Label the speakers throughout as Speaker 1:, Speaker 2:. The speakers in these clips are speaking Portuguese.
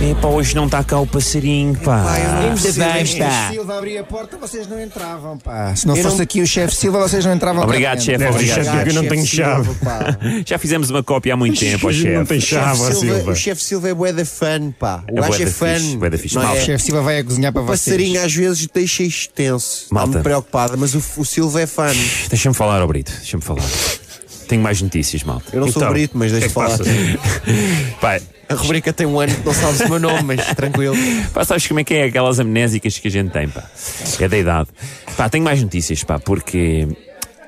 Speaker 1: Epá, hoje não está cá o passarinho, pá.
Speaker 2: Pá, eu não
Speaker 1: Ainda
Speaker 2: percebi.
Speaker 1: bem
Speaker 2: O
Speaker 1: está.
Speaker 2: chefe Silva abria a porta, vocês não entravam, pá. Se não
Speaker 1: Eu
Speaker 2: fosse
Speaker 1: não-
Speaker 2: aqui o chefe Silva, vocês não entravam. cá
Speaker 1: Obrigado,
Speaker 2: dentro.
Speaker 1: chefe, obrigado.
Speaker 3: Eu não tenho
Speaker 2: Silva,
Speaker 3: chave.
Speaker 2: pá.
Speaker 1: Já fizemos uma cópia há muito tempo, ó
Speaker 3: Não
Speaker 1: chefe.
Speaker 3: tem chave, ó,
Speaker 4: Silva-
Speaker 3: Silva.
Speaker 4: O chefe Silva é bué da fã, pá. O
Speaker 1: Ah, É bué
Speaker 4: gajo é
Speaker 1: da
Speaker 4: fã.
Speaker 1: fixe, bué da fixe.
Speaker 4: não
Speaker 1: Mal.
Speaker 4: é?
Speaker 2: O chefe Silva vai cozinhar para
Speaker 4: O
Speaker 2: vocês.
Speaker 4: passarinho às vezes deixa isto tenso.
Speaker 1: Malta.
Speaker 4: Está-me preocupada, mas o, o Silva é fã.
Speaker 1: Deixa-me falar, ó Brito. Deixa-me falar. Tenho mais notícias, malta.
Speaker 4: Eu não sou
Speaker 3: Então,
Speaker 4: brito, mas deixa
Speaker 3: que é que
Speaker 4: falar.
Speaker 3: passa?
Speaker 1: Pá,
Speaker 4: A rubrica tem um ano que não sabes o meu nome, mas tranquilo.
Speaker 1: Pá, sabes como é que é aquelas amnésicas que a gente tem, pá? É da idade. Pá, tenho mais notícias, pá, porque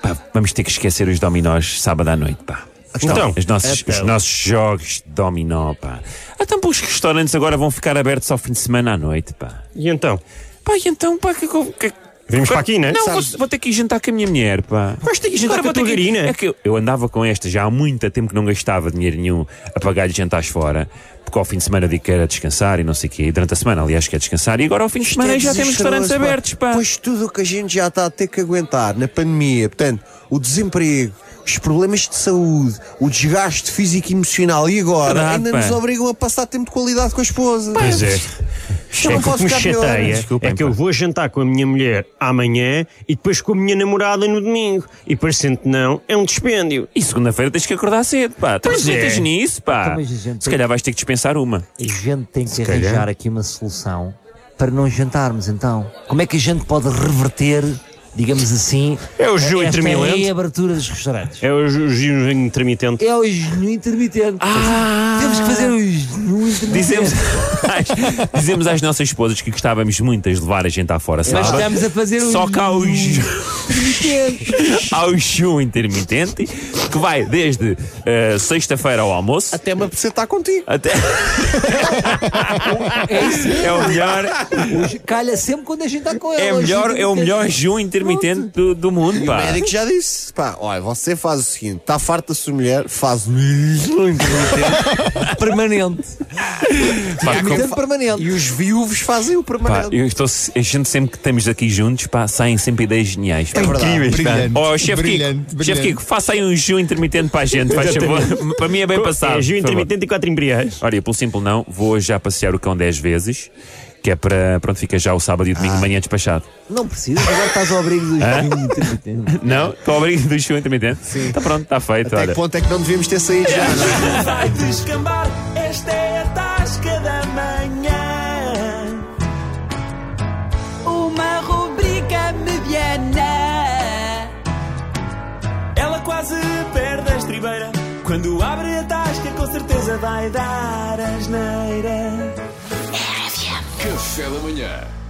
Speaker 1: pá, vamos ter que esquecer os dominós sábado à noite, pá.
Speaker 3: Então,
Speaker 1: os
Speaker 4: é
Speaker 1: nossos, os nossos jogos de dominó, pá. Então, pá, os restaurantes agora vão ficar abertos ao fim de semana à noite, pá.
Speaker 3: E então?
Speaker 1: Pá, e então, pá, que. que, que
Speaker 3: Vimos para aqui, né?
Speaker 1: Não, vou, vou ter que ir jantar com a minha mulher, pá.
Speaker 3: Vais ter que ir jantar
Speaker 1: Agora
Speaker 3: com
Speaker 1: vou
Speaker 3: a
Speaker 1: ter
Speaker 3: tua
Speaker 1: que ir-
Speaker 3: garina.
Speaker 1: É que eu, eu andava com esta já há muito tempo que não gastava dinheiro nenhum a pagar-lhe jantares fora. Porque ao fim de semana eu digo que era descansar e não sei o quê. E durante a semana, aliás, que é descansar. E agora ao fim de semana
Speaker 4: Isto é
Speaker 1: já temos
Speaker 4: desastroso,
Speaker 1: restaurantes abertos, pá.
Speaker 4: Pois tudo o que a gente já está a ter que aguentar na pandemia, portanto, o desemprego, os problemas de saúde, o desgaste físico e emocional e agora
Speaker 1: Verdade,
Speaker 4: ainda
Speaker 1: pá.
Speaker 4: nos obrigam a passar tempo de qualidade com a esposa.
Speaker 3: Pois é.
Speaker 4: Eu
Speaker 3: É
Speaker 4: não
Speaker 3: que o
Speaker 4: posso
Speaker 3: que me
Speaker 4: ficar pior.
Speaker 3: chateia
Speaker 1: Desculpem,
Speaker 3: é que eu
Speaker 1: pá.
Speaker 3: vou jantar com a minha mulher amanhã e depois com a minha namorada no domingo. E parecendo que não, é um dispêndio.
Speaker 1: E segunda-feira tens que acordar cedo, pá. Tu não
Speaker 3: Pois é.
Speaker 1: acreditas nisso, pá.
Speaker 5: Então, mas a gente
Speaker 1: Se
Speaker 5: tem-
Speaker 1: calhar vais ter que dispensar uma.
Speaker 5: A gente tem que arranjar aqui uma solução para não jantarmos, então. Como é que a gente pode reverter, digamos assim,
Speaker 3: É o jejum
Speaker 1: um
Speaker 5: esta
Speaker 3: intermitente.
Speaker 5: reabertura dos restaurantes?
Speaker 3: É o ju- jejum intermitente.
Speaker 5: É o jejum intermitente.
Speaker 3: Ah,
Speaker 5: Temos que
Speaker 3: um-
Speaker 5: fazer o jejum intermitente.
Speaker 1: Dizemos, dizemos às nossas esposas que gostávamos muito de levar a gente à fora,
Speaker 5: Mas
Speaker 1: sábado.
Speaker 5: estamos a fazer o
Speaker 1: Só que há o
Speaker 5: jejum
Speaker 1: ju-
Speaker 5: intermitente.
Speaker 1: Há o show intermitente que vai desde eh, sexta-feira ao almoço
Speaker 4: Até me apetecer estar contigo.
Speaker 1: até. é o melhor,
Speaker 5: Hoje calha sempre quando a gente está com ela.
Speaker 1: é o melhor, é o melhor show intermitente do, do mundo,
Speaker 4: O
Speaker 1: pá.
Speaker 4: médico já disse: pá, olha, você faz o seguinte, está farta da sua mulher, faz muito
Speaker 5: é Permanente.
Speaker 1: Pá,
Speaker 5: Intermitente
Speaker 1: com-
Speaker 5: permanente.
Speaker 4: E os viúvos fazem o
Speaker 1: pá,
Speaker 4: permanente.
Speaker 1: eu estou, a gente sempre que estamos aqui juntos, pá, saem sempre ideias geniais. Pá.
Speaker 2: Incríveis, brilhante.
Speaker 1: Oh, chefe
Speaker 2: brilhante,
Speaker 1: Kiko, chefe Kiko, faça aí um jejum intermitente para a gente, faz favor. Para mim é bem passado.
Speaker 3: É jejum
Speaker 1: por favor.
Speaker 3: intermitente e quatro embriões.
Speaker 1: Olha, eu pelo simples não, vou já passear o cão 10 vezes, que é para, pronto, fica já o sábado e o
Speaker 6: Ah.
Speaker 1: domingo de manhã despachado.
Speaker 5: Não precisas, agora estás ao abrigo do jejum intermitente.
Speaker 1: Não? Estou obrigado do show intermitente? Sim. Está Tá pronto, está feito.
Speaker 4: Até
Speaker 1: Olha.
Speaker 4: que ponto é que não devíamos ter saído já, não é?
Speaker 6: Vai descambar, esta é a tasca da manhã.
Speaker 7: Uma rubrica mediana.
Speaker 6: Ela quase perde a estribeira. Quando abre a tasca, com certeza vai dar asneira.
Speaker 8: Café da manhã.